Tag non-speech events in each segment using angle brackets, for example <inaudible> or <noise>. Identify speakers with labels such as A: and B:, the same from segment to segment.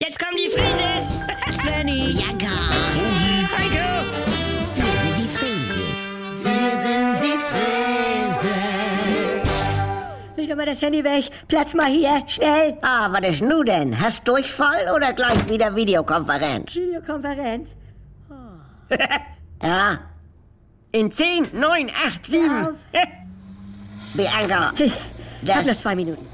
A: <laughs>
B: Conny.
C: Ja, gar.
B: Heiko.
C: Wir sind die Frieses. Wir sind die Frieses.
B: Leg doch mal das Handy weg. Platz mal hier. Schnell.
C: Ah, was ist nu denn? Hast Durchfall oder gleich wieder Videokonferenz?
B: Videokonferenz.
C: Ja,
A: In 10, 9, 8, 7. <laughs>
C: Bianca,
B: Ich hab
C: das,
B: nur zwei Minuten.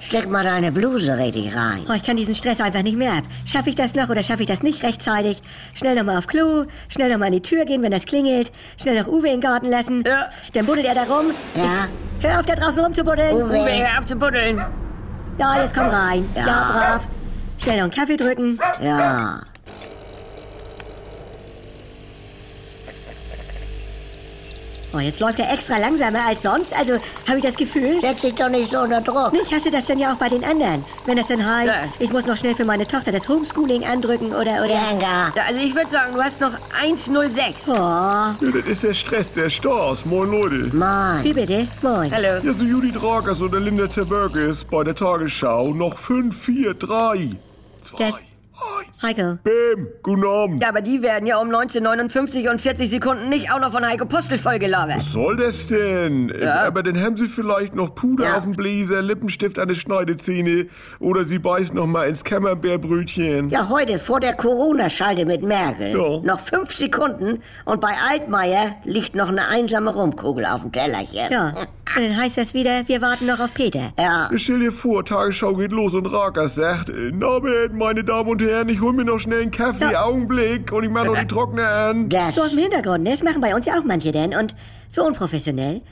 C: steck mal deine Bluse richtig rein.
B: Oh, ich kann diesen Stress einfach nicht mehr ab. Schaffe ich das noch oder schaffe ich das nicht rechtzeitig? Schnell nochmal auf Klo, schnell nochmal in die Tür gehen, wenn das klingelt, schnell noch Uwe in den Garten lassen.
A: Ja.
B: Dann buddelt er da rum.
C: Ja,
B: Hör auf, da draußen rumzubuddeln.
A: Uwe,
C: Uwe,
A: hör auf zu buddeln.
B: Ja, jetzt komm rein.
C: Ja.
B: Ja, brav. Schnell noch einen Kaffee drücken.
C: ja.
B: Oh, jetzt läuft er extra langsamer als sonst. Also, habe ich das Gefühl.
C: Setz dich doch nicht so unter Druck.
B: Ich hasse das dann ja auch bei den anderen. Wenn das dann heißt,
A: Ja.
B: ich muss noch schnell für meine Tochter das Homeschooling andrücken oder, oder.
C: Bianca,
A: Also ich würde sagen, du hast noch 1,06.
B: Oh,
D: Ja, das ist der Stress, der Stars. Moin Leute.
C: Mann.
B: wie bitte? Moin.
A: Hallo.
D: Ja, so Judith Rockers oder Linda Zerberges bei der Tagesschau noch 5, 4, 3, 2,
B: Das-
D: 1.
B: Heiko.
D: Bäm, guten Abend.
A: Ja, aber die werden ja um 1959 und 40 Sekunden nicht auch noch von Heiko Postel vollgelabert.
D: Was soll das denn? Äh,
A: Ja.
D: Aber dann haben sie vielleicht noch Puder
A: Ja.
D: auf dem Bläser, Lippenstift an der Schneidezähne oder sie beißt noch mal ins Camembertbrötchen.
C: Ja, heute vor der Corona-Schalte mit Merkel.
D: Ja.
C: Noch fünf Sekunden und bei Altmaier liegt noch eine einsame Rumkugel auf dem Tellerchen.
B: Ja. Und dann heißt das wieder, wir warten noch auf Peter.
C: Ja,
D: Stell dir vor, Tagesschau geht los und Rakas sagt, äh, Norbert, meine Damen und Herren, ich hol mir noch schnell einen Kaffee,
B: Ja.
D: Augenblick, und ich
A: <laughs>
D: mach noch die Trockner an.
C: das.
B: So aus dem Hintergrund, ne? das machen bei uns ja auch manche denn und so unprofessionell.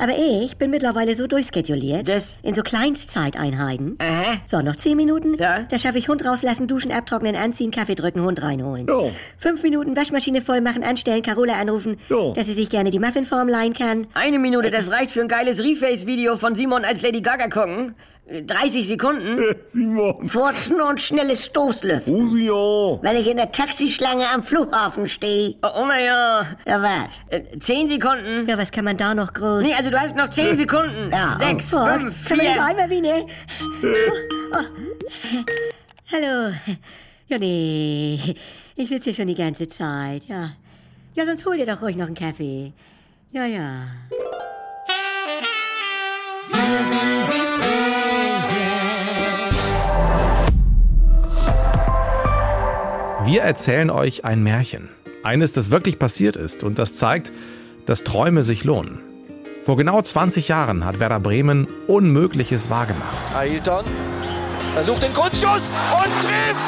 B: Aber ich bin mittlerweile so durchscheduliert.
A: Das-
B: In so Kleinstzeiteinheiten.
A: Aha.
B: So, noch zehn Minuten.
A: Ja.
B: Da schaffe ich Hund rauslassen, duschen, abtrocknen, anziehen, Kaffee drücken, Hund reinholen.
D: Ja. <laughs>
B: Fünf Minuten Waschmaschine voll machen, anstellen, Carola anrufen,
D: Ja.
B: dass sie sich gerne die Muffinform leihen kann.
A: Eine Minute, das reicht für ein geiles Reface-Video von Simon als Lady Gaga gucken. Äh, 30 Sekunden.
D: Simon.
C: Furzen und schnelles Stoßlüften.
D: Rosion.
C: Wenn ich in der Taxischlange am Flughafen stehe,
A: Oh, oh mein ja.
C: ja was?
A: Äh, 10 Sekunden.
B: Ja, was kann man da noch groß?
A: Nee, also du hast noch 10 Sekunden. Oh,
C: Ja.
A: 6,
B: Gott,
A: 5,
B: kann man
A: 4.
B: nicht einmal wie, ne? Oh, oh. Hallo. Ja, nee. Ich sitze hier schon die ganze Zeit, ja. Ja, sonst hol dir doch ruhig noch einen Kaffee. Ja, ja.
E: Wir erzählen euch ein Märchen. Eines, das wirklich passiert ist und das zeigt, dass Träume sich lohnen. Vor genau 20 Jahren hat Werder Bremen Unmögliches wahrgemacht.
F: Ailton versucht den Grundschuss und trifft.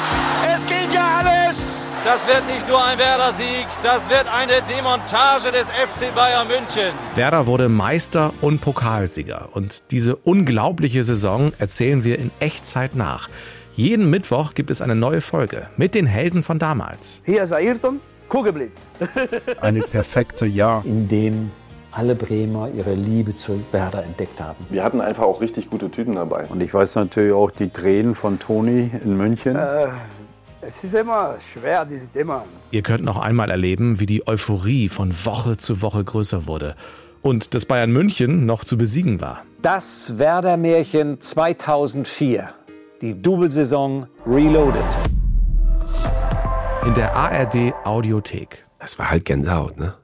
F: Es gilt ja alles.
G: Das wird nicht nur ein Werder-Sieg, das wird eine Demontage des FC Bayern München.
E: Werder wurde Meister und Pokalsieger. Und diese unglaubliche Saison erzählen wir in Echtzeit nach. Jeden Mittwoch gibt es eine neue Folge mit den Helden von damals.
H: Hier ist Ayrton, Kugelblitz.
I: eine perfekte Jahr.
J: in dem alle Bremer ihre Liebe zu Werder entdeckt haben.
K: Wir hatten einfach auch richtig gute Typen dabei.
I: Und ich weiß natürlich auch die Tränen von Toni in München.
J: Äh,
H: Es ist immer schwer, diese Thema.
E: Ihr könnt noch einmal erleben, wie die Euphorie von Woche zu Woche größer wurde und dass Bayern München noch zu besiegen war.
J: Das Werder-Märchen 2004. Die Doublesaison Reloaded.
E: In der ARD Audiothek.
G: Das war halt Gänsehaut, ne?